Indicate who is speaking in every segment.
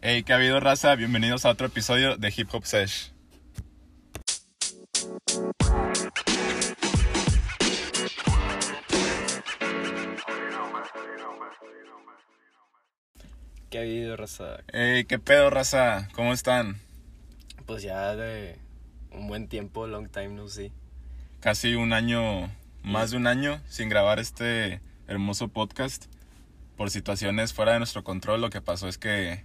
Speaker 1: Hey, ¿qué ha habido, raza? Bienvenidos a otro episodio de Hip Hop Sesh.
Speaker 2: que ha habido, raza?
Speaker 1: Hey, ¿qué pedo, raza? ¿Cómo están?
Speaker 2: Pues ya de un buen tiempo, long time no see.
Speaker 1: Casi un año, más de un año, sin grabar este hermoso podcast. Por situaciones fuera de nuestro control, lo que pasó es que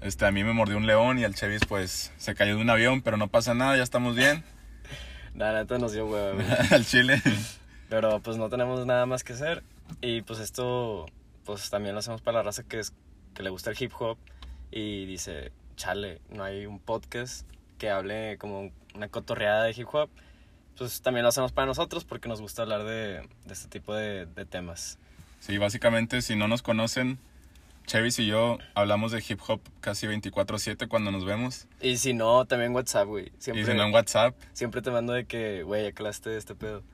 Speaker 1: este, a mí me mordió un león y al Chevis, pues, se cayó de un avión, pero no pasa nada, ya estamos bien.
Speaker 2: La neta nos dio hueva, güey.
Speaker 1: al Chile.
Speaker 2: Pero pues no tenemos nada más que hacer. Y pues esto, pues también lo hacemos para la raza que, es, que le gusta el hip hop. Y dice, chale, no hay un podcast que hable como una cotorreada de hip hop. Pues también lo hacemos para nosotros porque nos gusta hablar de, de este tipo de, de temas.
Speaker 1: Sí, básicamente, si no nos conocen, Chevis y yo hablamos de hip hop casi 24-7 cuando nos vemos.
Speaker 2: Y si no, también WhatsApp, güey.
Speaker 1: Y si no en WhatsApp,
Speaker 2: siempre te mando de que, güey, ya calaste este pedo.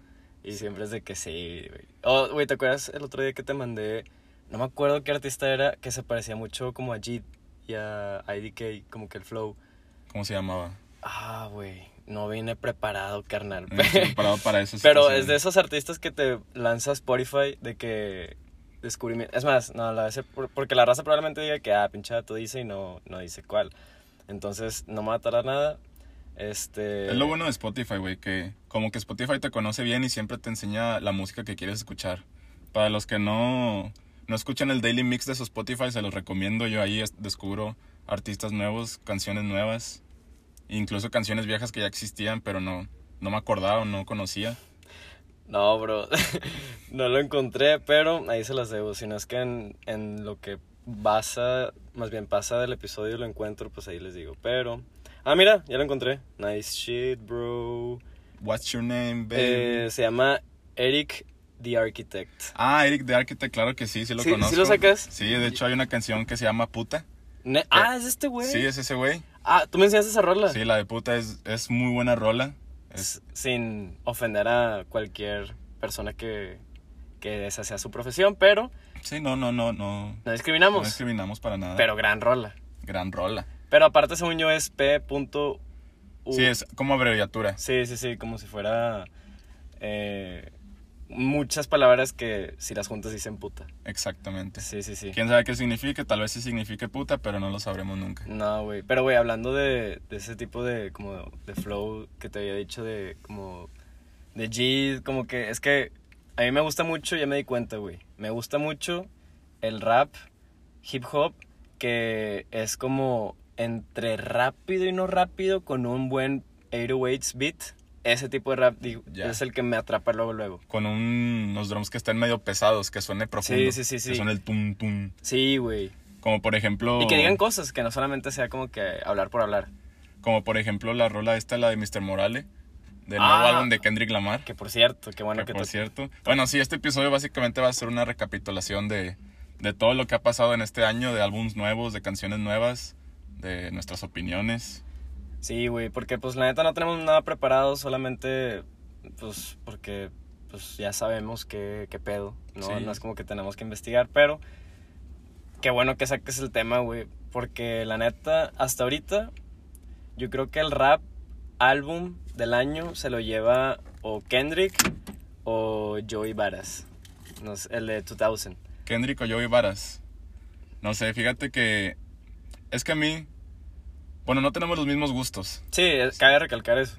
Speaker 2: Y siempre es de que sí, güey. Oh, güey, ¿te acuerdas el otro día que te mandé? No me acuerdo qué artista era que se parecía mucho como a Jeet y a IDK, como que el flow.
Speaker 1: ¿cómo se llamaba?
Speaker 2: Ah, güey, no vine preparado, carnal.
Speaker 1: No Eh, estoy preparado para eso.
Speaker 2: Pero es de esos artistas que te lanza Spotify de que descubrimiento. Es más, no, la hace por- porque la raza probablemente diga que, ah, pinchada, tú dice y no, no dice cuál. Entonces, no me va a tardar nada. Este.
Speaker 1: Es lo bueno de Spotify, güey, que como que Spotify te conoce bien y siempre te enseña la música que quieres escuchar. Para los que no, no escuchan el daily mix de su Spotify, se los recomiendo. Yo ahí es- descubro artistas nuevos, canciones nuevas, incluso canciones viejas que ya existían, pero no, no me acordaba o no conocía.
Speaker 2: No, bro, no lo encontré, pero ahí se las debo. Si no es que en, en lo que pasa, más bien pasa del episodio y lo encuentro, pues ahí les digo. Pero, ah, mira, ya lo encontré. Nice shit, bro.
Speaker 1: What's your name, baby?
Speaker 2: Eh, se llama Eric the Architect.
Speaker 1: Ah, Eric the Architect, claro que sí, sí lo
Speaker 2: Sí, sí
Speaker 1: conozco.
Speaker 2: lo sacas.
Speaker 1: Sí, de hecho hay una canción que se llama Puta.
Speaker 2: Ne- ah, es este güey.
Speaker 1: Sí, es ese güey.
Speaker 2: Ah, tú me enseñaste esa rola.
Speaker 1: Sí, la de Puta es, es muy buena rola. Es-
Speaker 2: S- Sin ofender a cualquier persona que, que esa sea su profesión, pero
Speaker 1: sí, no, no, no, no.
Speaker 2: no discriminamos.
Speaker 1: No discriminamos para nada.
Speaker 2: Pero gran rola.
Speaker 1: Gran rola.
Speaker 2: Pero aparte, según yo, es P.U. Uh.
Speaker 1: Sí, es como abreviatura.
Speaker 2: Sí, sí, sí, como si fuera eh, muchas palabras que si las juntas dicen puta.
Speaker 1: Exactamente.
Speaker 2: Sí, sí, sí.
Speaker 1: Quién sabe qué signifique, tal vez sí signifique puta, pero no lo sabremos nunca.
Speaker 2: No, güey. Pero, güey, hablando de, de ese tipo de, como, de flow que te había dicho de, como, de G, como que, es que a mí me gusta mucho, ya me di cuenta, güey. Me gusta mucho el rap, hip hop, que es como entre rápido y no rápido con un buen 808 beat. Ese tipo de rap digo,
Speaker 1: Ya.
Speaker 2: es el que me atrapa luego, luego.
Speaker 1: Con un- unos drums que estén medio pesados, que suene profundo.
Speaker 2: sí, sí, sí.
Speaker 1: Que suene el tum tum.
Speaker 2: Sí, güey.
Speaker 1: Como por ejemplo.
Speaker 2: Y que digan cosas, que no solamente sea como que hablar por hablar.
Speaker 1: Como por ejemplo la rola esta, la de Mr. Morale. Del nuevo
Speaker 2: Ah.
Speaker 1: álbum de Kendrick Lamar.
Speaker 2: Que por cierto, qué
Speaker 1: que
Speaker 2: bueno que,
Speaker 1: por
Speaker 2: te-
Speaker 1: cierto. Bueno, sí, este episodio básicamente va a ser una recapitulación de, de todo lo que ha pasado en este año, de álbumes nuevos, de canciones nuevas, de nuestras opiniones.
Speaker 2: Sí, güey, porque pues la neta no tenemos nada preparado, solamente pues porque pues ya sabemos qué, qué pedo, ¿no?
Speaker 1: Sí.
Speaker 2: No es como que tenemos que investigar, pero qué bueno que saques el tema, güey, porque la neta, hasta ahorita, yo creo que el rap álbum del año se lo lleva o Kendrick o Joey Varas, no sé, el de 2000.
Speaker 1: Kendrick o Joey Varas. No sé, fíjate que. Es que a mí. Bueno, no tenemos los mismos gustos.
Speaker 2: Sí, cabe recalcar eso.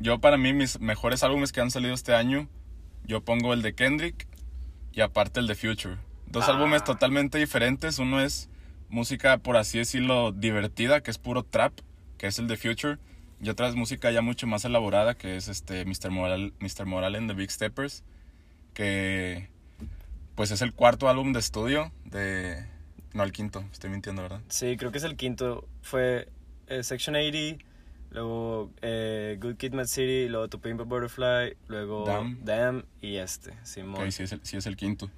Speaker 1: Yo, para mí, mis mejores álbumes que han salido este año, yo pongo el de Kendrick y aparte el de Future. Dos
Speaker 2: Ah.
Speaker 1: álbumes totalmente diferentes. Uno es música, por así decirlo, divertida, que es puro trap, que es el de Future. Y otra es música ya mucho más elaborada, que es este Mr. Moral, Mr. Moral and the Big Steppers, que pues es el cuarto álbum de estudio de... No, el quinto, estoy mintiendo, ¿verdad?
Speaker 2: Sí, creo que es el quinto. Fue eh, Section 80, luego eh, Good Kid, Mad City, luego To Pimp a Butterfly, luego
Speaker 1: Damn.
Speaker 2: Damn, y este, Simón.
Speaker 1: Ok, sí es, el, sí es el quinto.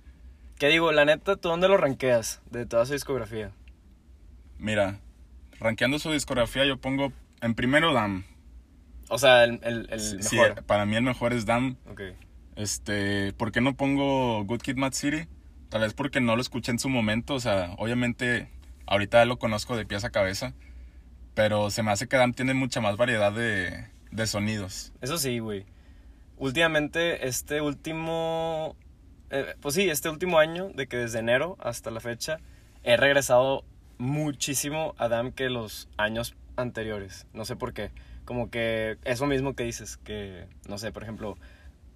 Speaker 2: ¿Qué digo? La neta, ¿tú dónde lo ranqueas de toda su discografía?
Speaker 1: Mira, rankeando su discografía, yo pongo en primero Dam.
Speaker 2: O sea, el, el, el
Speaker 1: Sí, eh.
Speaker 2: mejor.
Speaker 1: para mí el mejor es Dam.
Speaker 2: Ok.
Speaker 1: Este, ¿por qué no pongo Good Kid, Mad City? Tal vez porque no lo escuché en su momento, o sea, obviamente Ahorita lo conozco de pies a cabeza. Pero se me hace que Dam tiene mucha más variedad de, de sonidos.
Speaker 2: Eso sí, güey. Últimamente, este último. eh, pues sí, este último año, de que desde enero hasta la fecha, he regresado muchísimo a Dam que los años anteriores. No sé por qué. Como que es lo mismo que dices, que, no sé, por ejemplo,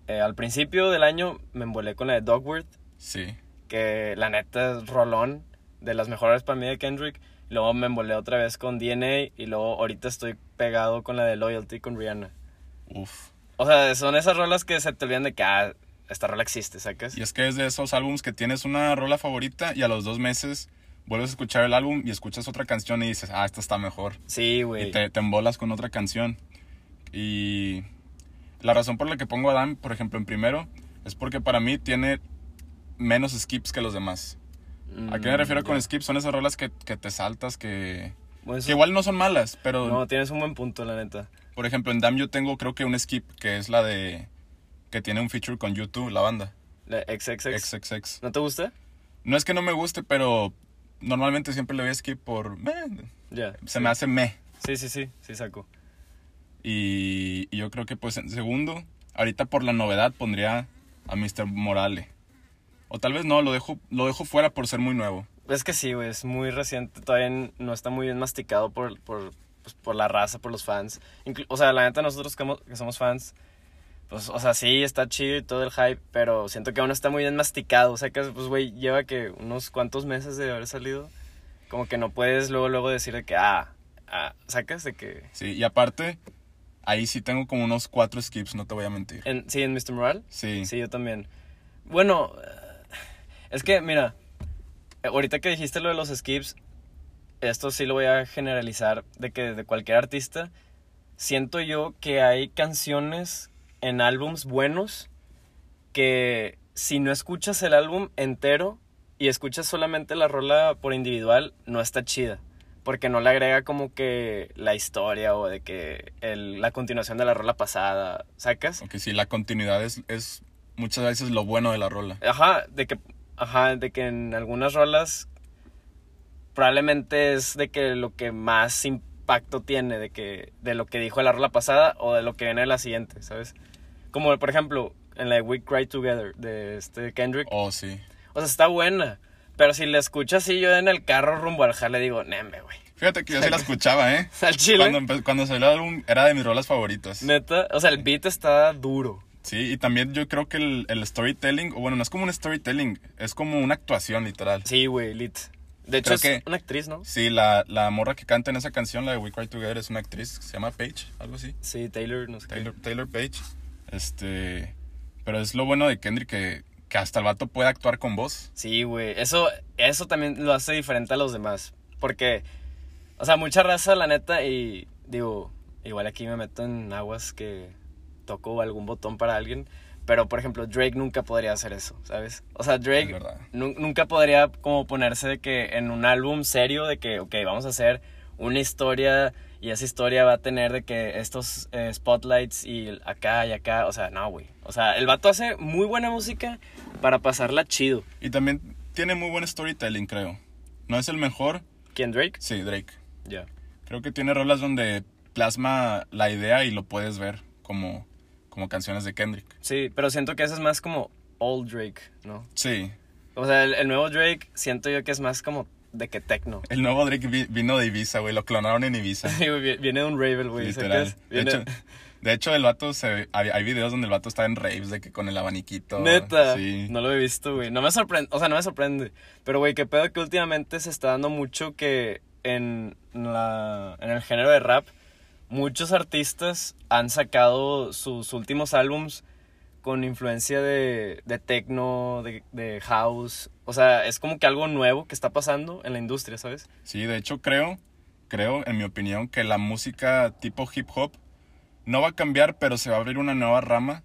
Speaker 2: eh, al principio del año me embolé con la de Dogworth,
Speaker 1: Sí.
Speaker 2: que la neta es rolón, de las mejores para mí de Kendrick. Luego me embolé otra vez con DNA y luego ahorita estoy pegado con la de Loyalty con Rihanna.
Speaker 1: Uf.
Speaker 2: O sea, son esas rolas que se te olvidan de que, ah, esta rola existe, ¿sacas?
Speaker 1: Y es que es de esos álbums que tienes una rola favorita y a los dos meses vuelves a escuchar el álbum y escuchas otra canción y dices, ah, esta está mejor.
Speaker 2: Sí, güey.
Speaker 1: Y te, te embolas con otra canción. Y la razón por la que pongo a Dan, por ejemplo, en primero, es porque para mí tiene menos skips que los demás. ¿A qué me
Speaker 2: Mm,
Speaker 1: refiero con
Speaker 2: ya.
Speaker 1: skips? Son esas rolas que, que te saltas, que,
Speaker 2: Bueno, eso-
Speaker 1: que igual no son malas, pero
Speaker 2: No, tienes un buen punto, la neta.
Speaker 1: por ejemplo en Dam yo tengo creo que un skip que es la de... que tiene un feature con YouTube, la banda.
Speaker 2: La XXX.
Speaker 1: XXX.
Speaker 2: ¿No te gusta?
Speaker 1: No es que no me guste, pero normalmente siempre le doy skip por... "Meh",
Speaker 2: Ya.
Speaker 1: se me hace me.
Speaker 2: Sí, sí, sí, sí, saco.
Speaker 1: Y, y yo creo que pues en segundo, ahorita por la novedad pondría a Mr. Morale. O tal vez no, lo dejo, lo dejo fuera por ser muy nuevo.
Speaker 2: Es que sí, güey, es muy reciente. Todavía n- no está muy bien masticado por, por, pues, por la raza, por los fans. Inclu- o sea, la neta, nosotros que, mo- que somos fans, pues, o sea, sí, está chido y todo el hype, pero siento que aún no está muy bien masticado. O sea, que, pues, güey, lleva que unos cuantos meses de haber salido. Como que no puedes luego, luego decir de que, ah, ah, sacas de que.
Speaker 1: Sí, y aparte, ahí sí tengo como unos cuatro skips, no te voy a mentir.
Speaker 2: En, sí, en Mr. Moral.
Speaker 1: Sí,
Speaker 2: Sí, yo también. Bueno, eh, es que, mira, eh, ahorita que dijiste lo de los skips, esto sí lo voy a generalizar de que de cualquier artista, siento yo que hay canciones en álbums buenos que si no escuchas el álbum entero y escuchas solamente la rola por individual, no está chida. Porque no le agrega como que la historia o de que el- la continuación de la rola pasada, ¿sacas?
Speaker 1: aunque sí, la continuidad es, es muchas veces lo bueno de la rola.
Speaker 2: Ajá, de que, ajá, de que en algunas rolas probablemente es de que lo que más impacto tiene de que de lo que dijo la rola pasada o de lo que viene de la siguiente, ¿sabes? Como por ejemplo en la de We Cry Together de este Kendrick.
Speaker 1: Oh, sí.
Speaker 2: O sea, está buena, pero si la escuchas así yo en el carro rumbo al jale digo, "Neme, güey."
Speaker 1: Fíjate que yo sí la escuchaba, ¿eh?
Speaker 2: Al chile.
Speaker 1: Cuando, empe- cuando salió el álbum era de mis rolas favoritas.
Speaker 2: Neta, o sea, el beat está duro.
Speaker 1: Sí, y también yo creo que el, el storytelling, o bueno, no es como un storytelling, es como una actuación literal. Sí,
Speaker 2: Sí, güey, lit. De hecho
Speaker 1: Creo
Speaker 2: es
Speaker 1: que-
Speaker 2: una actriz, ¿no?
Speaker 1: la, la morra que canta en esa canción, la de We Cry Together, es una actriz, que se llama Paige, algo así.
Speaker 2: Sí, Taylor, no sé qué.
Speaker 1: Taylor, Taylor Page. Este, pero es lo bueno de Kendrick que, que hasta el vato puede actuar con voz.
Speaker 2: Sí, güey. Eso, eso también lo hace diferente a los demás. Porque, o sea, mucha raza, la neta, y digo, igual aquí me meto en aguas que toco algún botón para alguien. Pero, por ejemplo, Drake nunca podría hacer eso, ¿sabes? O sea,
Speaker 1: Es
Speaker 2: Drake
Speaker 1: verdad.
Speaker 2: nu- nunca podría como ponerse de que en un álbum serio de que, ok, vamos a hacer una historia y esa historia va a tener de que estos eh, spotlights y acá y acá, o sea, no, güey. O sea, el vato hace muy buena música para pasarla chido.
Speaker 1: Y también tiene muy buen storytelling, creo. No es el mejor,
Speaker 2: ¿Quién, Drake?
Speaker 1: sí, Drake.
Speaker 2: Ya.
Speaker 1: Creo que tiene rolas donde plasma la idea y lo puedes ver como, como canciones de Kendrick.
Speaker 2: Sí, pero siento que eso es más como old Drake, ¿no?
Speaker 1: Sí,
Speaker 2: O sea, el, el nuevo Drake siento yo que es más como de que techno.
Speaker 1: El nuevo Drake vi- vino de Ibiza, güey. Lo clonaron en Ibiza.
Speaker 2: Sí, güey, vi- Viene de un Ravel, güey.
Speaker 1: literal.
Speaker 2: ¿sacas?
Speaker 1: De
Speaker 2: Viene...
Speaker 1: hecho, de hecho, el vato se. Hay, hay videos donde el vato está en raves de que con el abaniquito.
Speaker 2: Neta.
Speaker 1: Sí.
Speaker 2: No lo he visto, güey. No me sorprende. O sea, no me sorprende. Pero, güey, qué pedo que últimamente se está dando mucho que en, la, en el género de rap, muchos artistas han sacado sus últimos álbums con influencia de, de techno, de, de house. O sea, es como que algo nuevo que está pasando en la industria, ¿sabes?
Speaker 1: Sí, de hecho, creo, creo, en mi opinión, que la música tipo hip hop no va a cambiar, pero se va a abrir una nueva rama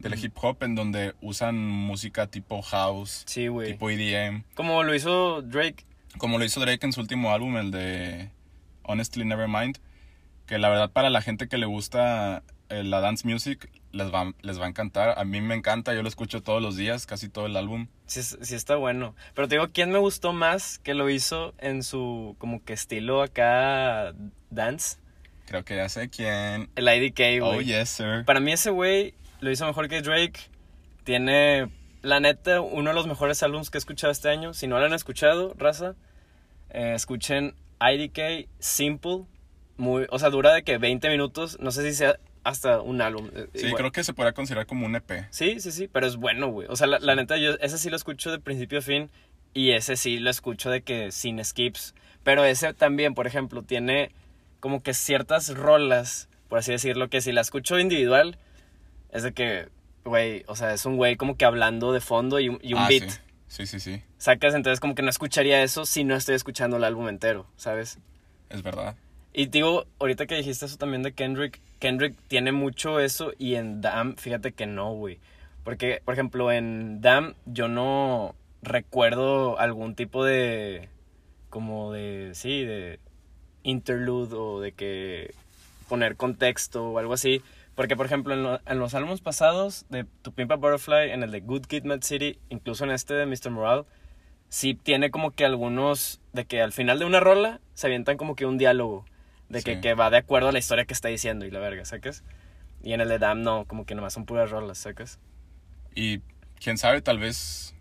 Speaker 1: del hip hop en donde usan música tipo house,
Speaker 2: Sí, güey.
Speaker 1: tipo E EDM.
Speaker 2: Como lo hizo Drake.
Speaker 1: como lo hizo Drake en su último álbum, el de Honestly Nevermind, que la verdad para la gente que le gusta eh, la dance music les va, les va a encantar. A mí me encanta, yo lo escucho todos los días, casi todo el álbum.
Speaker 2: Sí, es- sí está bueno. Pero te digo, ¿quién me gustó más que lo hizo en su como que estilo acá dance?
Speaker 1: Creo que ya sé quién.
Speaker 2: El IDK, güey.
Speaker 1: Oh, yes, sir.
Speaker 2: Para mí ese güey lo hizo mejor que Drake. Tiene, la neta, uno de los mejores álbumes que he escuchado este año. Si no lo han escuchado, raza, eh, escuchen IDK Simple. Muy, o sea, dura de que 20 minutos. No sé si sea hasta un álbum. eh,
Speaker 1: Sí,
Speaker 2: igual.
Speaker 1: creo que se podría considerar como un E EP.
Speaker 2: Sí, sí, sí, pero es bueno, güey. O sea, la, la neta, yo ese sí lo escucho de principio a fin y ese sí lo escucho de que sin skips. Pero ese también, por ejemplo, tiene como que ciertas rolas, por así decirlo, que si la escucho individual, es de que, güey, o sea, es un güey como que hablando de fondo y, un- y un
Speaker 1: Ah,
Speaker 2: beat.
Speaker 1: Sí. sí, sí, sí.
Speaker 2: Sacas, entonces como que no escucharía eso si no estoy escuchando el álbum entero, ¿sabes?
Speaker 1: Es verdad.
Speaker 2: Y te digo, ahorita que dijiste eso también de Kendrick, Kendrick tiene mucho eso y en Damn, fíjate que no, güey. Porque, por ejemplo, en Damn yo no recuerdo algún tipo de, como de, sí, de interlude o de que poner contexto o algo así. Porque, por ejemplo, en, lo- en los álbumes pasados de Tu Pimpa Butterfly, en el de Good Kid, Mad City, incluso en este de Mr. Morale, sí tiene como que algunos de que al final de una rola se avientan como que un diálogo de que,
Speaker 1: Sí.
Speaker 2: que va de acuerdo a la historia que está diciendo y la verga, ¿sacas? Y en el de Dam no, como que nomás son puras rolas, ¿sacas?
Speaker 1: Y quién sabe, tal vez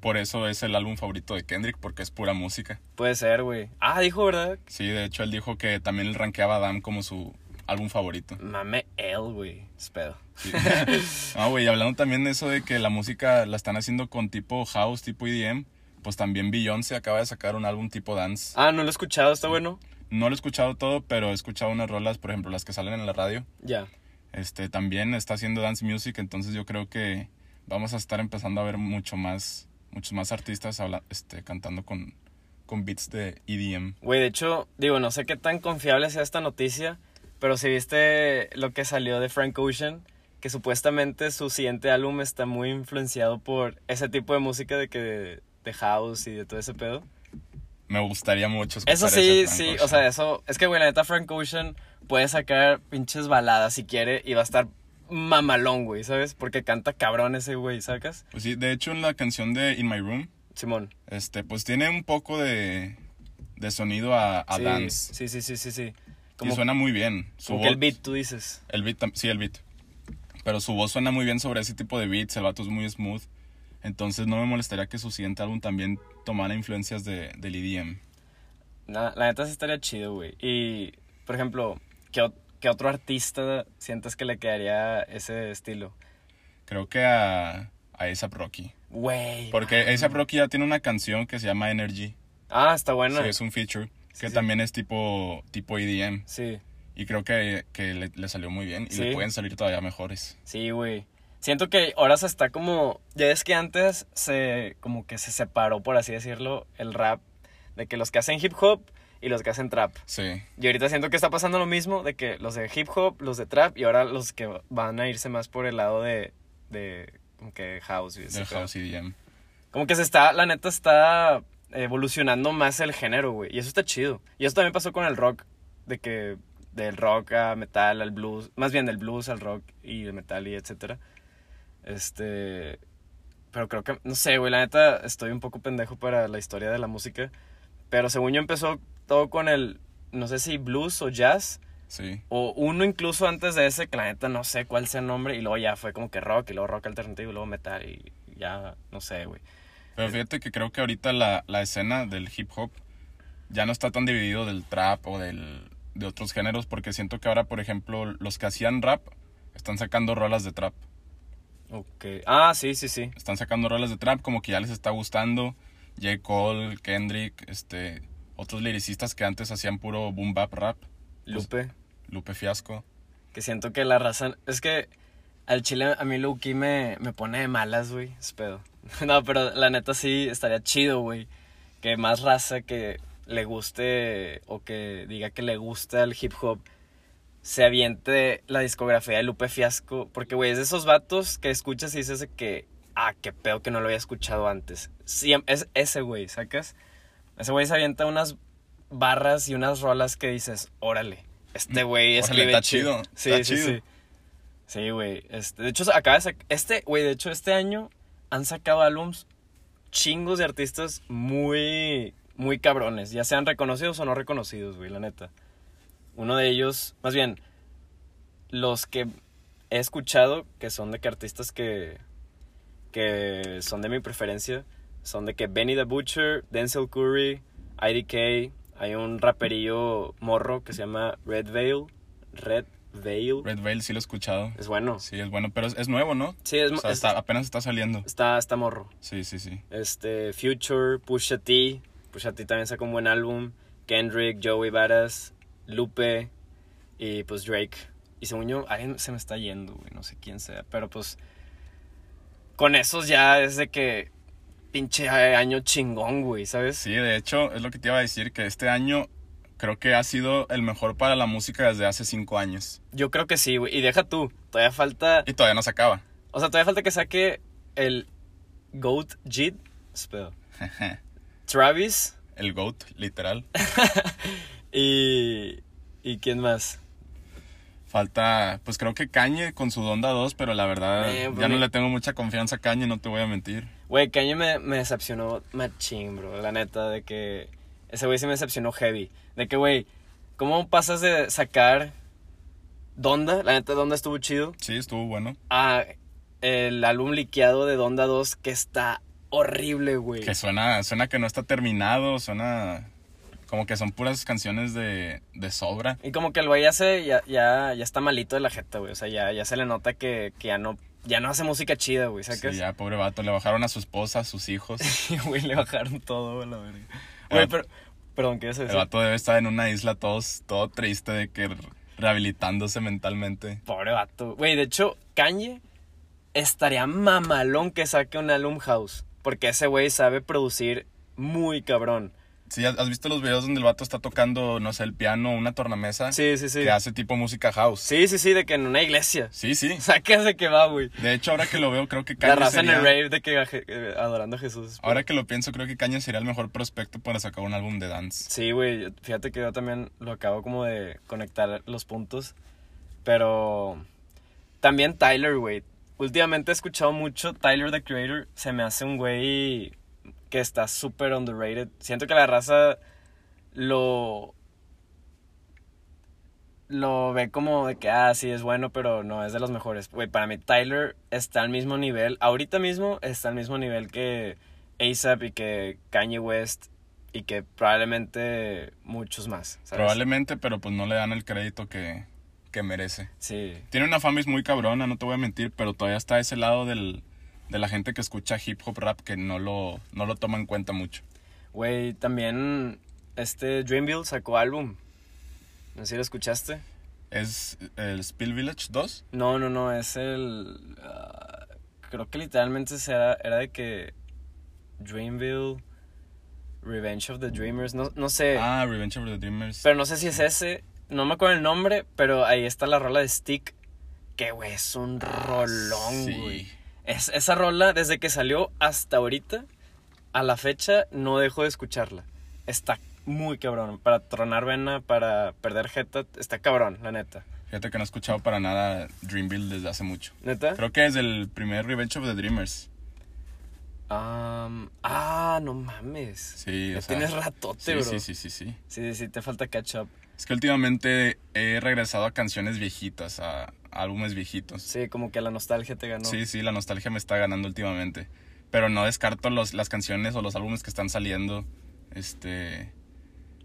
Speaker 1: por eso es el álbum favorito de Kendrick, porque es pura música.
Speaker 2: Puede ser, güey. Ah, dijo, ¿verdad?
Speaker 1: Sí, de hecho él dijo que también él rankeaba a Damn como su álbum favorito.
Speaker 2: Mame él, güey. Es pedo.
Speaker 1: Sí. no, güey, y hablando también de eso de que la música la están haciendo con tipo house, tipo EDM, pues también Beyoncé acaba de sacar un álbum tipo dance.
Speaker 2: Ah, no lo he escuchado, está bueno.
Speaker 1: No lo he escuchado todo, pero he escuchado unas rolas, por ejemplo, las que salen en la radio.
Speaker 2: Ya.
Speaker 1: Este también está haciendo dance music, entonces yo creo que vamos a estar empezando a ver mucho más muchos más artistas habla- este, cantando con con beats de E EDM.
Speaker 2: Güey, de hecho, digo, no sé qué tan confiable sea esta noticia, pero si viste lo que salió de Frank Ocean, que supuestamente su siguiente álbum está muy influenciado por ese tipo de música de que de, house y de todo ese pedo.
Speaker 1: Me gustaría mucho escuchar
Speaker 2: Eso
Speaker 1: ese
Speaker 2: sí,
Speaker 1: Frank
Speaker 2: sí,
Speaker 1: Ocean.
Speaker 2: o sea, eso, es que güey, la neta Frank Ocean puede sacar pinches baladas si quiere y va a estar mamalón, güey, ¿sabes? Porque canta cabrón ese güey, ¿sacas?
Speaker 1: Pues sí, de hecho en la canción de In My Room,
Speaker 2: Simón.
Speaker 1: este pues tiene un poco de de sonido a, a
Speaker 2: sí,
Speaker 1: dance.
Speaker 2: Sí, sí, sí, sí, sí.
Speaker 1: Y
Speaker 2: Como,
Speaker 1: suena muy bien. Su
Speaker 2: como que el
Speaker 1: voz-
Speaker 2: beat, tú dices.
Speaker 1: El beat, tam- sí, el beat. Pero su voz suena muy bien sobre ese tipo de beats, el vato es muy smooth. Entonces no me molestaría que su siguiente álbum también tomara influencias de, del E EDM.
Speaker 2: Na- la neta sí estaría chido, güey. Y, por ejemplo, ¿qué, ot- qué otro artista sientes que le quedaría ese estilo?
Speaker 1: Creo que a, a A$AP Rocky.
Speaker 2: Güey.
Speaker 1: Porque eh, A$AP Rocky ya tiene una canción que se llama Energy.
Speaker 2: Ah, está bueno.
Speaker 1: Sí, es un feature
Speaker 2: Sí,
Speaker 1: que
Speaker 2: sí.
Speaker 1: también es tipo, tipo EDM.
Speaker 2: Sí, y
Speaker 1: Y creo que, que le, le salió muy bien y
Speaker 2: Sí.
Speaker 1: le pueden salir todavía mejores.
Speaker 2: sí, güey. Siento que ahora se está como... Ya es que antes se... Como que se separó, por así decirlo, el rap. De que los que hacen hip hop y los que hacen trap.
Speaker 1: Sí,
Speaker 2: Y ahorita siento que está pasando lo mismo. De que los de hip hop, los de trap. Y ahora los que van a irse más por el lado de... De... Como que house. y ese
Speaker 1: del
Speaker 2: pedo.
Speaker 1: house E EDM.
Speaker 2: Como que se está, la neta está evolucionando más el género, güey. Y eso está chido. Y eso también pasó con el rock. De que del rock a metal, al blues. Más bien del blues al rock y del metal y etcétera. Este... Pero creo que, no sé, güey, la neta estoy un poco pendejo para la historia de la música. Pero según yo empezó todo con el, no sé si blues o jazz.
Speaker 1: Sí.
Speaker 2: O uno incluso antes de ese, que la neta no sé cuál sea el nombre. Y luego ya fue como que rock y luego rock alternativo y luego metal y ya, no sé, güey.
Speaker 1: Pero fíjate que creo que ahorita la, la escena del hip hop ya no está tan dividido del trap o del, de otros géneros, porque siento que ahora, por ejemplo, los que hacían rap están sacando rolas de trap.
Speaker 2: Ok. Ah, sí, sí, sí.
Speaker 1: Están sacando rolas de trap como que ya les está gustando. J. Cole, Kendrick, este, otros liricistas que antes hacían puro boom bap rap.
Speaker 2: Lupe.
Speaker 1: Lupe Fiasco.
Speaker 2: Que siento que la raza. Es que al chile a mí Luki me, me pone de malas, güey. Es pedo. No, pero la neta sí estaría chido, güey. Que más raza que le guste o que diga que le gusta el hip hop se aviente la discografía de Lupe Fiasco. Porque, güey, es de esos vatos que escuchas y dices de que. Ah, qué pedo que no lo había escuchado antes. Sí, es ese, güey, ¿sacas? Ese güey se avienta unas barras y unas rolas que dices, órale, este güey
Speaker 1: Mm, Órale,
Speaker 2: escribe
Speaker 1: está
Speaker 2: chido.
Speaker 1: chido,
Speaker 2: Sí,
Speaker 1: está
Speaker 2: sí,
Speaker 1: chido.
Speaker 2: sí. Sí, güey. Este, de hecho, acaba de sac- Este, güey, de hecho, este año han sacado álbums chingos de artistas muy, muy cabrones. Ya sean reconocidos o no reconocidos, güey, la neta. Uno de ellos, más bien, los que he escuchado que son de que artistas que, que son de mi preferencia son de que Benny the Butcher, Denzel Curry, IDK. Hay un raperillo morro que se llama Red Veil. Red Veil.
Speaker 1: Red Veil sí lo he escuchado.
Speaker 2: Es bueno.
Speaker 1: Sí, es bueno, pero es, es nuevo, ¿no?
Speaker 2: Sí, es,
Speaker 1: O sea,
Speaker 2: es-
Speaker 1: está- apenas está saliendo.
Speaker 2: está, está morro.
Speaker 1: Sí, sí, sí.
Speaker 2: Este, Future, Pusha T. Pusha T también sacó un buen álbum. Kendrick, Joey Varas, Lupe y pues Drake. Y según yo, alguien se me está yendo, güey, no sé quién sea. Pero pues con esos ya es de que pinche año chingón, güey, ¿sabes?
Speaker 1: Sí, de hecho, es lo que te iba a decir, que este año creo que ha sido el mejor para la música desde hace cinco años.
Speaker 2: Yo creo que sí, güey. Y deja tú, todavía falta...
Speaker 1: Y todavía no se acaba.
Speaker 2: O sea, todavía falta que saque el Goat Jid. Espera. Travis
Speaker 1: El GOAT, literal.
Speaker 2: y... ¿Y quién más?
Speaker 1: Falta, pues creo que Kanye con su Donda 2, pero la verdad
Speaker 2: Eh, pues
Speaker 1: ya no
Speaker 2: mi-
Speaker 1: le tengo mucha confianza a Kanye, no te voy a mentir.
Speaker 2: Güey, Kanye me, me decepcionó machín, bro. La neta, de que. Ese güey se me decepcionó heavy. De que, güey, ¿cómo pasas de sacar. Donda? La neta, Donda estuvo chido.
Speaker 1: Sí, estuvo bueno.
Speaker 2: A. El álbum liqueado de Donda 2, que está horrible, güey.
Speaker 1: Que suena, suena que no está terminado, suena como que son puras canciones de, de sobra.
Speaker 2: Y como que el güey ya, se, ya, ya, ya está malito de la jeta, güey. O sea, ya, ya se le nota que, que ya, no, ya no hace música chida, güey.
Speaker 1: Sí,
Speaker 2: ¿Sacas?
Speaker 1: ya, pobre vato, le bajaron a su esposa, a sus hijos.
Speaker 2: Y, güey, le bajaron todo, güey, la verga. Güey, pero. Perdón, ¿qué ibas a
Speaker 1: El
Speaker 2: decir?
Speaker 1: vato debe estar en una isla todos, todo triste de que re- rehabilitándose mentalmente.
Speaker 2: Pobre vato. Güey, de hecho, Kanye estaría mamalón que saque un álbum house. Porque ese güey sabe producir muy cabrón.
Speaker 1: Sí, ¿has has visto los videos donde el vato está tocando, no sé, el piano, una tornamesa?
Speaker 2: Sí, sí, sí.
Speaker 1: Que hace tipo música house.
Speaker 2: Sí, sí, sí, de que en una iglesia.
Speaker 1: Sí, sí.
Speaker 2: Sacas de que va, güey.
Speaker 1: De hecho, ahora que lo veo, creo que
Speaker 2: La
Speaker 1: Kanye
Speaker 2: raza en el
Speaker 1: sería...
Speaker 2: rave de que a Je- eh, adorando a Jesús.
Speaker 1: Ahora que lo pienso, creo que Kanye sería el mejor prospecto para sacar un álbum de dance.
Speaker 2: Sí, güey. Fíjate que yo también lo acabo como de conectar los puntos. Pero también Tyler, güey. Últimamente he escuchado mucho Tyler the Creator. Se me hace un güey que está súper underrated. Siento que la raza lo. Lo ve como de que, ah, sí, es bueno, pero no es de los mejores. Güey, para mí Tyler está al mismo nivel. Ahorita mismo está al mismo nivel que ASAP y que Kanye West y que probablemente muchos más. ¿sabes?
Speaker 1: Probablemente, pero pues no le dan el crédito que, que merece.
Speaker 2: Sí.
Speaker 1: Tiene una fanbase muy cabrona, no te voy a mentir, pero todavía está ese lado del, de la gente que escucha hip hop rap que no lo, no lo toma en cuenta mucho.
Speaker 2: Güey, también este Dreamville sacó álbum. No sé si lo escuchaste.
Speaker 1: ¿Es el Spill Village 2?
Speaker 2: No, no, no, es el... ah, creo que literalmente era, era de que Dreamville, Revenge of the Dreamers, no, no sé.
Speaker 1: Ah, Revenge of the Dreamers.
Speaker 2: Pero no sé si es ese, no me acuerdo el nombre, pero ahí está la rola de Stick. Que, güey, es un rolón,
Speaker 1: Ah, sí.
Speaker 2: güey. Es, esa rola, desde que salió hasta ahorita, a la fecha, no dejo de escucharla. Está muy cabrón. Para tronar vena, para perder jeta, está cabrón, la neta.
Speaker 1: Fíjate que no he escuchado para nada Dreamville desde hace mucho.
Speaker 2: ¿Neta?
Speaker 1: Creo que es el primer Revenge of the Dreamers.
Speaker 2: Am, ah, no mames.
Speaker 1: Sí,
Speaker 2: Ya
Speaker 1: o sea,
Speaker 2: tienes ratote,
Speaker 1: Sí,
Speaker 2: bro.
Speaker 1: sí, sí, sí, sí.
Speaker 2: Sí, sí, te falta catch up.
Speaker 1: Es que últimamente he regresado a canciones viejitas, a álbumes viejitos.
Speaker 2: Sí, como que la nostalgia te ganó.
Speaker 1: Sí, sí, la nostalgia me está ganando últimamente. Pero no descarto los, las canciones o los álbumes que están saliendo. Este.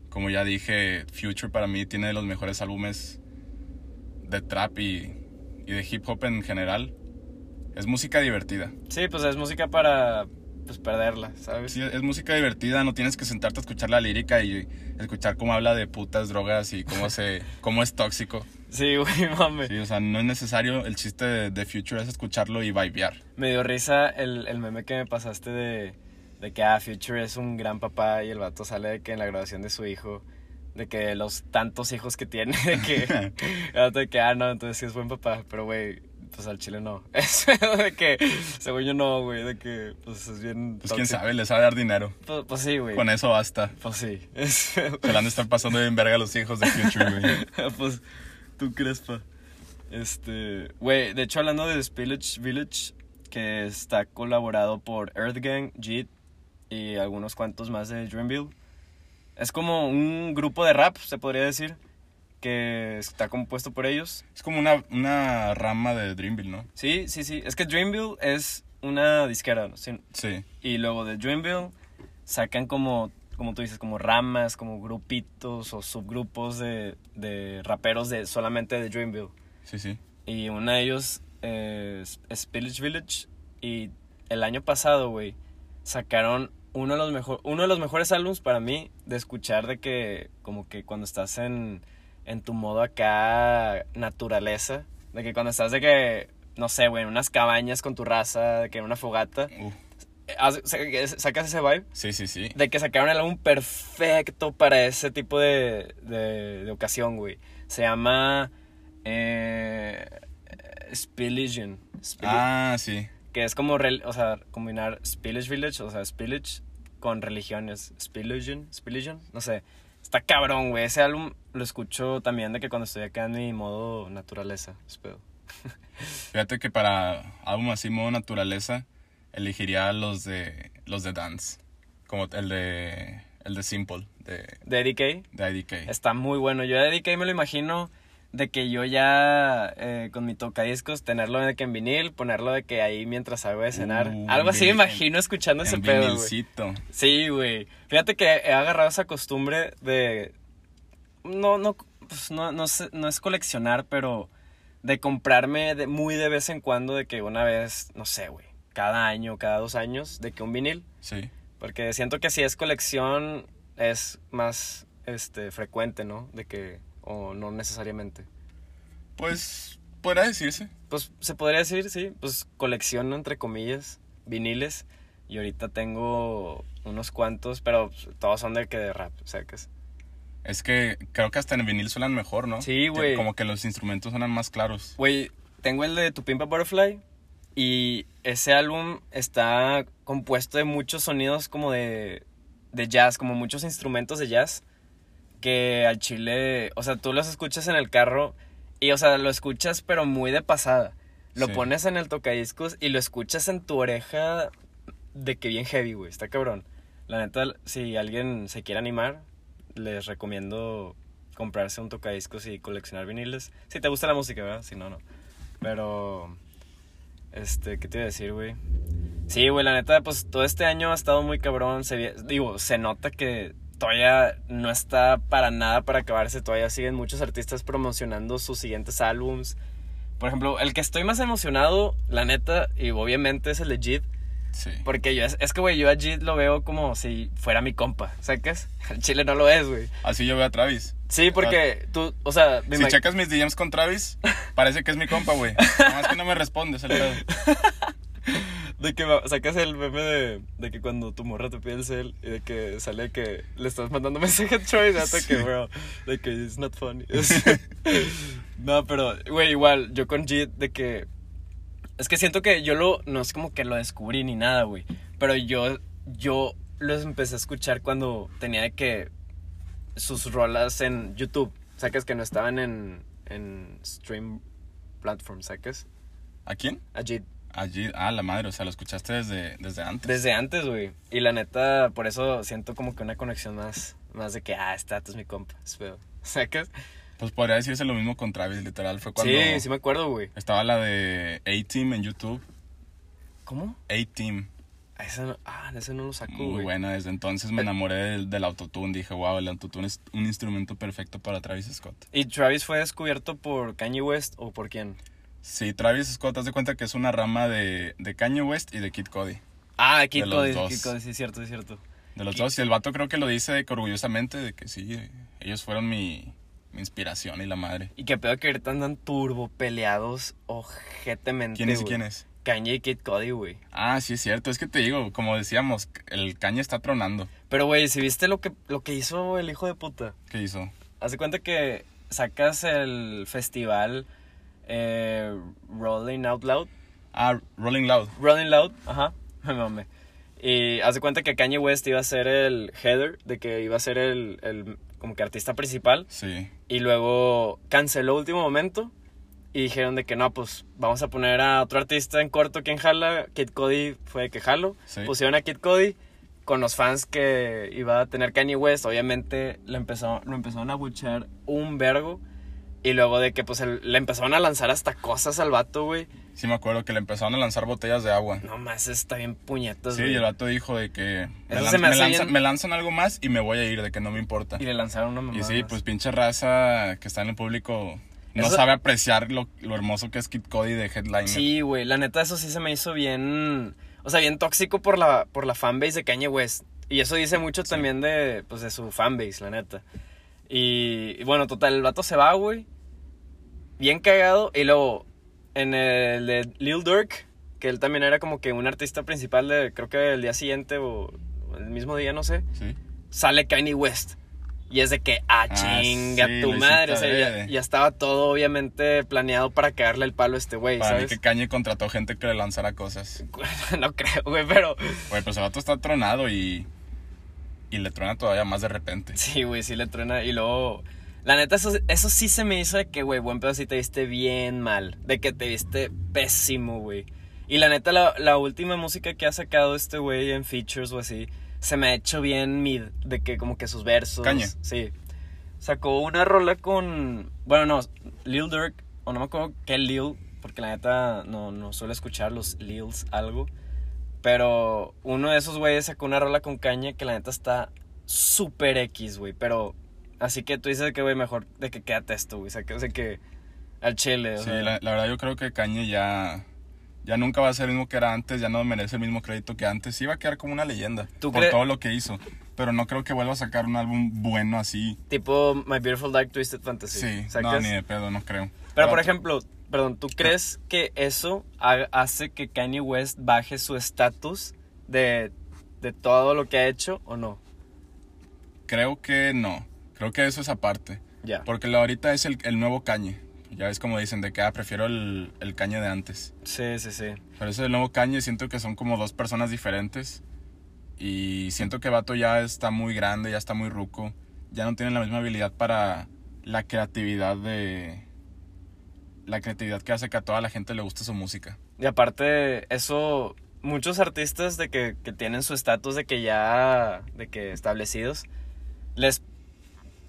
Speaker 1: Como ya dije, Future para mí tiene de los mejores álbumes de trap y, y de hip hop en general. Es música divertida.
Speaker 2: Sí, pues es música para pues, perderla, ¿sabes?
Speaker 1: Sí, es música divertida, no tienes que sentarte a escuchar la lírica y escuchar cómo habla de putas, drogas y cómo, se, cómo es tóxico.
Speaker 2: Sí, güey, mame.
Speaker 1: Sí, o sea, no es necesario el chiste de, de Future es escucharlo y vibear.
Speaker 2: Me dio risa el, el meme que me pasaste de, de que ah, Future es un gran papá y el vato sale de que en la graduación de su hijo, de que los tantos hijos que tiene, de que, el vato de que ah, no, entonces sí es buen papá, pero güey, pues al chile no. Es de que, según yo no, güey, de que pues es bien.
Speaker 1: Pues quién
Speaker 2: tóxico.
Speaker 1: sabe, les va a dar dinero.
Speaker 2: Pues, pues sí, güey.
Speaker 1: Con eso basta.
Speaker 2: Pues sí. Es-
Speaker 1: Se la han de estar pasando bien verga a los hijos de Future, güey.
Speaker 2: pues tú crees, pa. Este, güey, de hecho hablando de Spillage Village, que está colaborado por Earthgang, Jeet y algunos cuantos más de Dreamville. Es como un grupo de rap, se podría decir, que está compuesto por ellos.
Speaker 1: Es como una, una rama de Dreamville, ¿no?
Speaker 2: Sí, sí, sí. Es que Dreamville es una disquera, ¿no? Sí.
Speaker 1: Sí.
Speaker 2: Y luego de Dreamville sacan como, como tú dices, como ramas, como grupitos o subgrupos de, de raperos de solamente de Dreamville.
Speaker 1: Sí, sí.
Speaker 2: Y uno de ellos eh, es es Spillage Village. Y el año pasado, güey, sacaron uno de los mejor, uno de los mejores álbums para mí de escuchar de que como que cuando estás en, en tu modo acá naturaleza, de que cuando estás de que no sé, güey, en unas cabañas con tu raza, de que en una fogata,
Speaker 1: Uf.
Speaker 2: eh, haz- sa- que es- sacas ese vibe
Speaker 1: Sí, sí, sí.
Speaker 2: de que sacaron el álbum perfecto para ese tipo de, de, de ocasión, güey. Se llama eh, Spilligion. Spilli-
Speaker 1: Ah, sí.
Speaker 2: Que es como, rel- o sea, combinar Spillage Village, o sea, Spillage con religiones. Spilligion, Spilligion, no sé. Está cabrón, güey. Ese álbum lo escucho también de que cuando estoy acá en mi modo naturaleza. es pedo.
Speaker 1: Fíjate que para álbum así modo naturaleza elegiría los de los de dance, como el de el de Simple de,
Speaker 2: De DK,
Speaker 1: de IDK.
Speaker 2: Está muy bueno. Yo de DK me lo imagino de que yo ya eh, con mi tocadiscos tenerlo de que en vinil, ponerlo de que ahí mientras hago de cenar.
Speaker 1: Uh,
Speaker 2: Algo
Speaker 1: en
Speaker 2: así me
Speaker 1: vinil-
Speaker 2: imagino escuchando ese
Speaker 1: En
Speaker 2: pedo, güey.
Speaker 1: vinilcito.
Speaker 2: Sí, güey. Fíjate que he agarrado esa costumbre de no no pues, no no, sé- no es coleccionar, pero de comprarme de, muy de vez en cuando de que una vez, no sé, güey, cada año, cada dos años de que un vinil
Speaker 1: Sí.
Speaker 2: porque siento que si es colección es más este frecuente, ¿no? De que o no necesariamente.
Speaker 1: Pues podrá decirse.
Speaker 2: Pues se podría decir, sí, pues colecciono entre comillas viniles y ahorita tengo unos cuantos, pero pues, todos son de que de rap, o sea que es.
Speaker 1: Es que creo que hasta en vinil suenan mejor, ¿no?
Speaker 2: Sí,
Speaker 1: Que-
Speaker 2: güey.
Speaker 1: Como que los instrumentos suenan más claros.
Speaker 2: Güey, tengo el de Tu Pimpa Butterfly y ese álbum está compuesto de muchos sonidos como de, de jazz, como muchos instrumentos de jazz que al chile, o sea, tú los escuchas en el carro y, o sea, lo escuchas pero muy de pasada. Lo
Speaker 1: Sí.
Speaker 2: pones en el tocadiscos y lo escuchas en tu oreja de que bien heavy, güey, está cabrón. La neta, si alguien se quiere animar, les recomiendo comprarse un tocadiscos y coleccionar viniles. Si te gusta la música, ¿verdad? Si no, no. Pero, este, ¿qué te iba a decir, güey? Sí, güey, la neta, pues todo este año ha estado muy cabrón. Se, vi- digo, se nota que todavía no está para nada para acabarse. Todavía siguen muchos artistas promocionando sus siguientes álbums. Por ejemplo, el que estoy más emocionado, la neta, y obviamente es el de Jid.
Speaker 1: Sí.
Speaker 2: Porque yo, es, es que, güey, yo a Jid lo veo como si fuera mi compa, ¿sabes? El chile no lo es, güey.
Speaker 1: Así yo veo a Travis.
Speaker 2: Sí, porque tú, o sea, me
Speaker 1: Si
Speaker 2: imag-
Speaker 1: checas mis DMs con Travis, parece que es mi compa, güey. Nada más que no me respondes, el pedo.
Speaker 2: de que va- sacas el meme de, de que cuando tu morra te pide el cel y de que sale que le estás mandando mensaje a Troy, de
Speaker 1: Sí.
Speaker 2: que, bro, de que it's not funny. no, pero, güey, igual, yo con Jid, de que. Es que siento que yo lo. No es como que lo descubrí ni nada, güey. Pero yo. Yo los empecé a escuchar cuando tenía de que. Sus rolas en YouTube. Sacas que no estaban en. En stream platform, sacas.
Speaker 1: ¿A quién?
Speaker 2: A Jid.
Speaker 1: Allí. Ah, la madre, o sea, lo escuchaste desde, desde antes.
Speaker 2: Desde antes, güey. Y la neta, por eso siento como que una conexión más, más de que, ah, este dato es mi compa, es feo. ¿Sacas?
Speaker 1: Pues podría decirse lo mismo con Travis, literal. Fue cuando
Speaker 2: Sí, sí me acuerdo, güey.
Speaker 1: estaba la de A-Team en YouTube.
Speaker 2: ¿Cómo?
Speaker 1: A-Team.
Speaker 2: A ese no, ah, ese no lo saco,
Speaker 1: Muy
Speaker 2: güey. Eh.
Speaker 1: buena. Desde entonces me enamoré del, del autotune. Dije, wow, el autotune es un instrumento perfecto para Travis Scott.
Speaker 2: ¿Y Travis fue descubierto por Kanye West o por quién?
Speaker 1: Sí, Travis Scott, haz de cuenta que es una rama de, de Kanye West y de Kid Cody.
Speaker 2: Ah, Kid
Speaker 1: De los
Speaker 2: Cody,
Speaker 1: dos.
Speaker 2: Kid Cody, sí, es cierto, es cierto.
Speaker 1: De los
Speaker 2: ¿Qué?
Speaker 1: dos. Y el vato creo que lo dice de que orgullosamente de que sí, eh, ellos fueron mi, mi inspiración y la madre.
Speaker 2: Y que pedo que ahorita andan turbo peleados ojetemente.
Speaker 1: ¿Quién es y
Speaker 2: güey.
Speaker 1: quién es?
Speaker 2: Kanye y Kid Cody, güey.
Speaker 1: Ah, sí, es cierto. Es que te digo, como decíamos, el Kanye está tronando.
Speaker 2: Pero, güey, si viste lo que, lo que hizo el hijo de puta.
Speaker 1: ¿Qué hizo?
Speaker 2: Haz de cuenta que sacas el festival eh, Rolling Out Loud.
Speaker 1: Ah, Rolling Loud.
Speaker 2: Rolling Loud, ajá, me mamé. Y haz de cuenta que Kanye West iba a ser el header, de que iba a ser el, el como que artista principal.
Speaker 1: Sí.
Speaker 2: Y luego canceló último momento. Y dijeron de que no, pues vamos a poner a otro artista en corto que en jala. Kid Cody fue de que jalo.
Speaker 1: Sí.
Speaker 2: Pusieron a Kid Cody con los fans que iba a tener Kanye West. Obviamente le empezó, lo empezaron a buchar un vergo. Y luego de que pues el- le empezaron a lanzar hasta cosas al vato, güey.
Speaker 1: Sí me acuerdo que le empezaron a lanzar botellas de agua.
Speaker 2: No más, está bien puñetas,
Speaker 1: Sí,
Speaker 2: güey.
Speaker 1: y el vato dijo de que me,
Speaker 2: Eso
Speaker 1: lan-
Speaker 2: se me
Speaker 1: me
Speaker 2: hace
Speaker 1: lanzan,
Speaker 2: bien-
Speaker 1: me lanzan algo más y me voy a ir, de que no me importa.
Speaker 2: Y le lanzaron una mamada.
Speaker 1: Y sí,
Speaker 2: más.
Speaker 1: pues pinche raza que está en el público no
Speaker 2: Eso-
Speaker 1: sabe apreciar lo, lo hermoso que es Kid Cody de Headliner.
Speaker 2: Sí, güey, la neta eso sí se me hizo bien, o sea, bien tóxico por la, por la fanbase de Kanye West. Y eso dice mucho también de, pues, de su fanbase, la neta. Y, y bueno, total, el vato se va, güey, bien cagado. Y luego, en el de Lil Durk, que él también era como que un artista principal de, creo que el día siguiente o el mismo día, no sé,
Speaker 1: Sí.
Speaker 2: sale Kanye West. Y es de que, ah,
Speaker 1: Ah,
Speaker 2: chinga
Speaker 1: sí,
Speaker 2: tu
Speaker 1: lo
Speaker 2: madre. O
Speaker 1: hiciste
Speaker 2: sea, ya,
Speaker 1: adrede.
Speaker 2: ya estaba todo obviamente planeado para cagarle el palo a este güey,
Speaker 1: Para mí
Speaker 2: ¿sabes?
Speaker 1: que Kanye contrató gente que le lanzara cosas.
Speaker 2: no creo, güey, pero
Speaker 1: Güey, pues el vato está tronado y. Y le truena todavía más de repente.
Speaker 2: sí, güey, sí le truena. Y luego, la neta, eso, eso sí se me hizo de que, güey, buen pedo, sí te viste bien mal. De que te viste pésimo, güey. Y la neta, la, la última música que ha sacado este güey en features o así, se me ha hecho bien mid. De que, como que sus versos.
Speaker 1: Kanye.
Speaker 2: Sí. Sacó una rola con. Bueno, no, Lil Durk, o no me acuerdo qué Lil, porque la neta no, no suelo escuchar los Lils algo. Pero uno de esos güeyes sacó una rola con caña que la neta está súper X, güey. Pero así que tú dices que, güey, mejor de que quédate esto, güey. O sea, que, o sea, que al chile, o
Speaker 1: Sí,
Speaker 2: sea.
Speaker 1: la, la verdad yo creo que Kanye ya. Ya nunca va a ser el mismo que era antes, ya no merece el mismo crédito que antes. Sí va a quedar como una leyenda
Speaker 2: ¿Tú
Speaker 1: por
Speaker 2: cre-
Speaker 1: todo lo que hizo. Pero no creo que vuelva a sacar un álbum bueno así.
Speaker 2: Tipo My Beautiful Dark Twisted Fantasy.
Speaker 1: Sí,
Speaker 2: ¿Sacas?
Speaker 1: no, ni de pedo, no creo.
Speaker 2: Pero, por
Speaker 1: Vato-
Speaker 2: ejemplo, perdón, ¿tú crees que eso ha- hace que Kanye West baje su estatus de, de todo lo que ha hecho o no?
Speaker 1: Creo que no. Creo que eso es aparte.
Speaker 2: Ya.
Speaker 1: Porque lo ahorita es el, el nuevo Kanye. Ya ves como dicen de que ah, prefiero el, el Kanye de antes.
Speaker 2: Sí, sí, sí.
Speaker 1: Pero ese del nuevo Kanye siento que son como dos personas diferentes. Y siento que Vato ya está muy grande, ya está muy ruco. Ya no tiene la misma habilidad para la creatividad de... La creatividad que hace que a toda la gente le guste su música.
Speaker 2: Y aparte, eso, muchos artistas de que, que tienen su estatus de que ya, de que establecidos, les,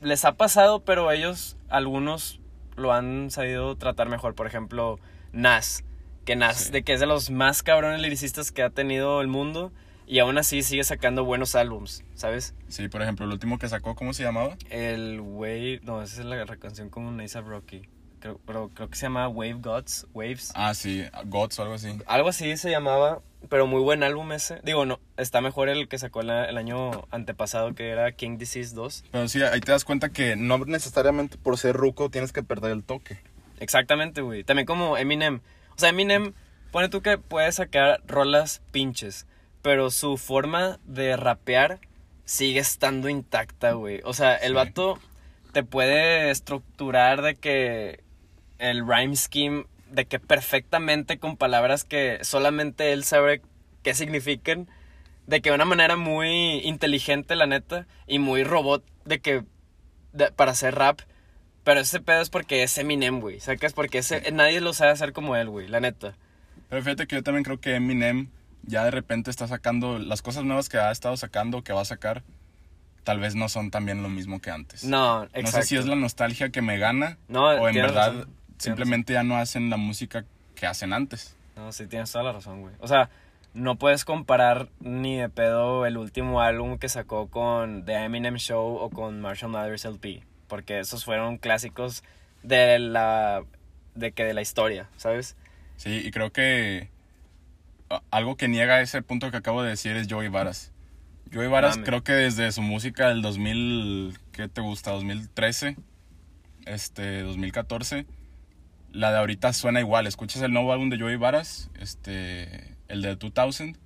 Speaker 2: les ha pasado, pero ellos, algunos lo han sabido tratar mejor. Por ejemplo, Nas, que Nas,
Speaker 1: Sí.
Speaker 2: de que es de los más cabrones lyricistas que ha tenido el mundo, y aún así sigue sacando buenos álbums, ¿sabes?
Speaker 1: Sí, por ejemplo, el último que sacó, ¿cómo se llamaba?
Speaker 2: El Wave, no, esa es la canción con A$AP Rocky, creo, pero creo que se llama Wave Gods, Waves.
Speaker 1: Ah, sí, Gods o algo así.
Speaker 2: Algo así se llamaba, pero muy buen álbum ese. Digo, no, está mejor el que sacó la- el año antepasado, que era King Disease 2.
Speaker 1: Pero sí, ahí te das cuenta que no necesariamente por ser ruco tienes que perder el toque.
Speaker 2: Exactamente, güey. También como Eminem. O sea, Eminem, pone tú que puede sacar rolas pinches, pero su forma de rapear sigue estando intacta, güey. O sea, el
Speaker 1: Sí.
Speaker 2: vato te puede estructurar de que el rhyme scheme, de que perfectamente con palabras que solamente él sabe qué significan, de que de una manera muy inteligente, la neta, y muy robot, de que de- para hacer rap. Pero ese pedo es porque es Eminem, güey. Sacas porque ese, nadie lo sabe hacer como él, güey, la neta.
Speaker 1: Pero fíjate que yo también creo que Eminem ya de repente está sacando las cosas nuevas que ha estado sacando, que va a sacar, tal vez no son también lo mismo que antes.
Speaker 2: No,
Speaker 1: No
Speaker 2: exacto.
Speaker 1: sé si es la nostalgia que me gana
Speaker 2: No,
Speaker 1: o en
Speaker 2: tienes
Speaker 1: verdad
Speaker 2: razón, tienes
Speaker 1: simplemente ya no hacen la música que hacen antes.
Speaker 2: No, sí, tienes toda la razón, güey. O sea, no puedes comparar ni de pedo el último álbum que sacó con The Eminem Show o con Marshall Mathers LP. Porque esos fueron clásicos de la, de que de la historia, ¿sabes?
Speaker 1: Sí, y creo que a- algo que niega ese punto que acabo de decir es Joey Varas. Joey Varas
Speaker 2: Mame.
Speaker 1: creo que desde su música del 2000, ¿qué te gusta? 2013, este, 2014, la de ahorita suena igual. Escuchas el nuevo álbum de Joey Varas, este, el de 2000,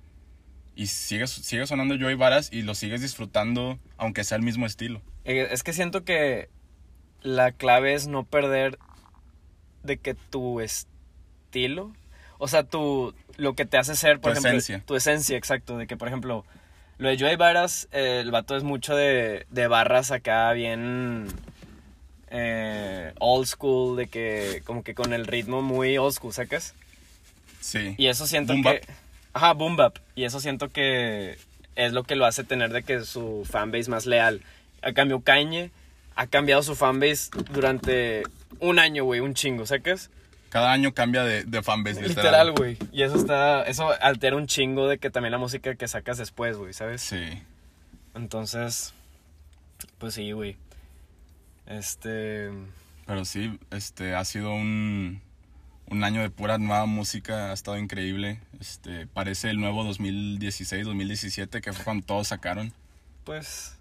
Speaker 1: y sigue, su- sigue sonando Joey Varas y lo sigues disfrutando aunque sea el mismo estilo.
Speaker 2: Eh, Es que siento que la clave es no perder de que tu estilo, o sea, tu, lo que te hace ser, por
Speaker 1: Tu
Speaker 2: ejemplo,
Speaker 1: esencia.
Speaker 2: tu esencia, exacto, de que, por ejemplo, lo de Joey Varas, eh, el vato es mucho de, de barras acá bien eh, old school, de que como que con el ritmo muy old school, ¿sacas?
Speaker 1: Sí.
Speaker 2: Y eso siento
Speaker 1: Boom
Speaker 2: que.
Speaker 1: bap.
Speaker 2: Ajá, boom bap. Y eso siento que es lo que lo hace tener de que su fanbase más leal. A cambio, Kanye ha cambiado su fanbase durante un año, güey, un chingo, ¿sacas?
Speaker 1: Cada año cambia de, de fanbase,
Speaker 2: Literal, güey. Y eso está. Eso altera un chingo de que también la música que sacas después, güey, ¿sabes?
Speaker 1: Sí.
Speaker 2: Entonces. Pues sí, güey. Este.
Speaker 1: Pero sí, este, ha sido un, un año de pura nueva música, ha estado increíble. Este, parece el nuevo 2016, 2017, que fue cuando todos sacaron.
Speaker 2: Pues.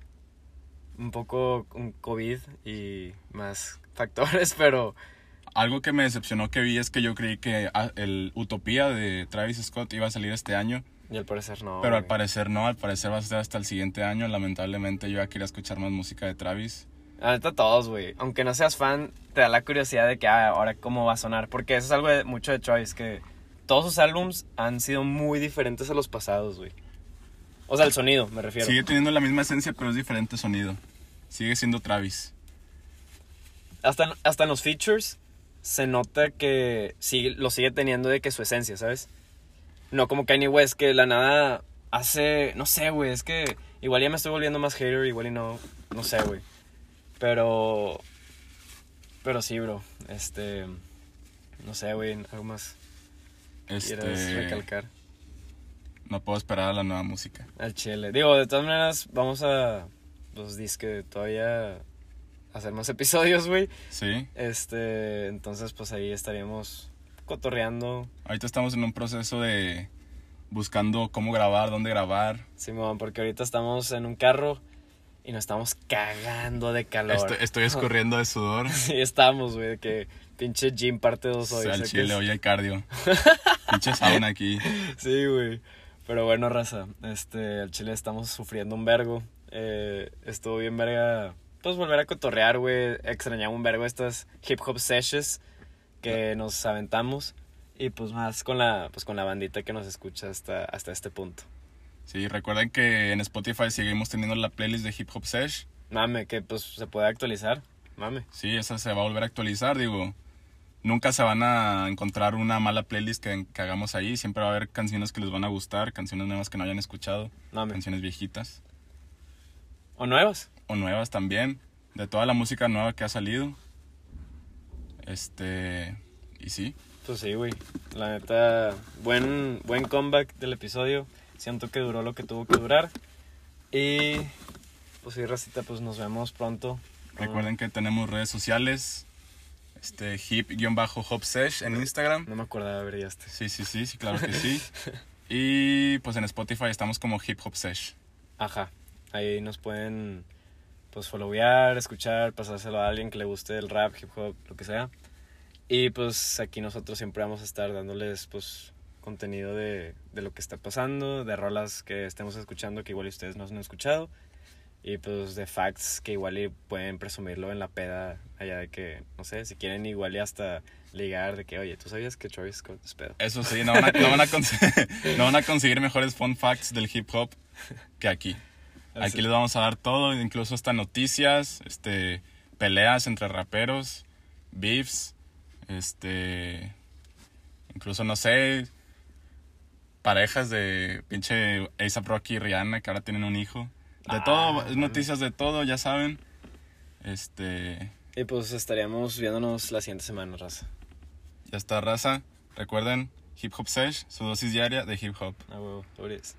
Speaker 2: Un poco un COVID y más factores, pero.
Speaker 1: Algo que me decepcionó que vi es que yo creí que ah, el Utopía de Travis Scott iba a salir este año,
Speaker 2: Y al parecer no.
Speaker 1: pero al
Speaker 2: Oh, güey.
Speaker 1: parecer no, al parecer va a ser hasta el siguiente año. Lamentablemente yo ya quería escuchar más música de Travis.
Speaker 2: La neta todos, güey. Aunque no seas fan, te da la curiosidad de que ah, ahora cómo va a sonar. Porque eso es algo de, mucho de Travis, que todos sus álbums han sido muy diferentes a los pasados, güey. O sea, el sonido, me refiero.
Speaker 1: Sigue teniendo la misma esencia, pero es diferente sonido. Sigue siendo Travis.
Speaker 2: Hasta, hasta en los features se nota que sí, lo sigue teniendo de que su esencia, ¿sabes? No como Kanye West, que de la nada hace... No sé, güey, es que igual ya me estoy volviendo más hater, igual y no... No sé, güey. Pero... Pero sí, bro. Este... No sé, güey, algo más quieras
Speaker 1: Este,
Speaker 2: recalcar
Speaker 1: no puedo esperar a la nueva música.
Speaker 2: al chile. Digo, de todas maneras, vamos a... Pues disque todavía hacer más episodios, güey.
Speaker 1: Sí.
Speaker 2: Este, entonces pues ahí estaríamos cotorreando,
Speaker 1: Ahorita estamos en un proceso de buscando cómo grabar, dónde grabar.
Speaker 2: Simón, porque ahorita estamos en un carro y nos estamos cagando de calor.
Speaker 1: Estoy, estoy escurriendo de sudor.
Speaker 2: Sí, estamos, güey, de que pinche gym parte 2
Speaker 1: O
Speaker 2: hoy.
Speaker 1: sea, el
Speaker 2: ¿sacas?
Speaker 1: chile, oye el cardio. Pinche sauna aquí.
Speaker 2: Sí, güey. Pero bueno, raza, este, al chile estamos sufriendo un vergo. Eh, estuvo bien verga, pues volver a cotorrear, güey. Extrañamos un vergo estas hip hop sessions que nos aventamos. Y pues más con la, pues con la bandita que nos escucha hasta, hasta este punto.
Speaker 1: Sí, recuerden que en Spotify seguimos teniendo la playlist de Hip Hop Sesh.
Speaker 2: Mame, que pues se puede actualizar. Mame.
Speaker 1: Sí, esa se va a volver a actualizar, digo. Nunca se van a encontrar una mala playlist que, que hagamos ahí. Siempre va a haber canciones que les van a gustar, canciones nuevas que no hayan escuchado,
Speaker 2: Mame.
Speaker 1: canciones viejitas
Speaker 2: ¿O nuevos?
Speaker 1: o nuevas también, de toda la música nueva que ha salido. Este, y sí,
Speaker 2: Pues sí, güey. La neta, buen, buen comeback del episodio. Siento que duró lo que tuvo que durar. Y pues sí, Racita, pues nos vemos pronto.
Speaker 1: Recuerden que tenemos redes sociales. Este, hip-hopsesh en Instagram.
Speaker 2: No me acordaba de ver ya este.
Speaker 1: Sí, sí, sí, sí, claro que sí. Y pues en Spotify estamos como Hip Hop Sesh.
Speaker 2: Ajá. Ahí nos pueden pues followear, escuchar, pasárselo a alguien que le guste el rap, hip hop, lo que sea. Y pues aquí nosotros siempre vamos a estar dándoles pues contenido de, de lo que está pasando, de rolas que estemos escuchando que igual y ustedes no han escuchado. Y pues de facts que igual y pueden presumirlo en la peda allá de que, no sé, si quieren igual y hasta ligar de que, oye, ¿tú sabías que Travis Scott es pedo?
Speaker 1: Eso sí, no van, a, no van a cons- no van a conseguir mejores fun facts del hip hop que aquí. Aquí les vamos a dar todo, incluso hasta noticias, este, peleas entre raperos, beefs, este, incluso no sé, parejas de pinche A$AP Rocky y Rihanna que ahora tienen un hijo. De
Speaker 2: Ah,
Speaker 1: todo,
Speaker 2: mames.
Speaker 1: noticias de todo, ya saben. Este,
Speaker 2: Y pues estaríamos viéndonos la siguiente semana, raza.
Speaker 1: ya está raza. Recuerden, Hip Hop Sesh, su dosis diaria de hip hop.
Speaker 2: A huevo, tú eres.